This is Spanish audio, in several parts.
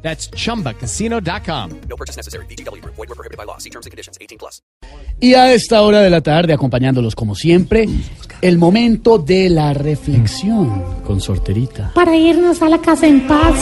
That's chumbacasino.com. No purchase necessary. BGW. Void were prohibited by law. See terms and conditions. 18 plus. Y a esta hora de la tarde, acompañándolos como siempre, el momento de la reflexión con Sorterita. para irnos a la casa en paz.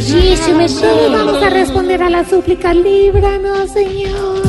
Sí, sí, me sí, vamos a responder a la súplica. Líbranos, Señor.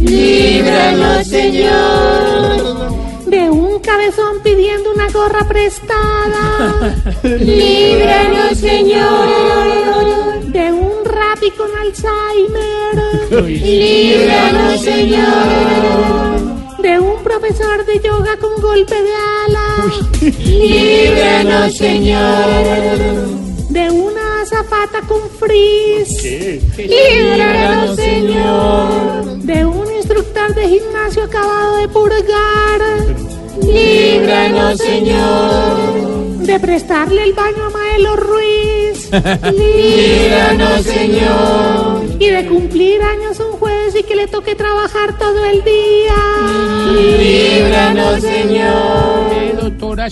Líbranos, Señor. De un cabezón pidiendo una gorra prestada. Líbranos, Señor. De un rapi con Alzheimer. Líbranos, Señor. De un profesor de yoga con golpe de ala. Líbranos, Señor. De una zapata con frizz. Líbranos, Señor. De un instructor de gimnasio acabado de purgar. Líbranos, Señor. De prestarle el baño a Maelo Ruiz. Líbranos, Señor. Y de cumplir años un jueves y que le toque trabajar todo el día. Líbranos, Señor. Doctora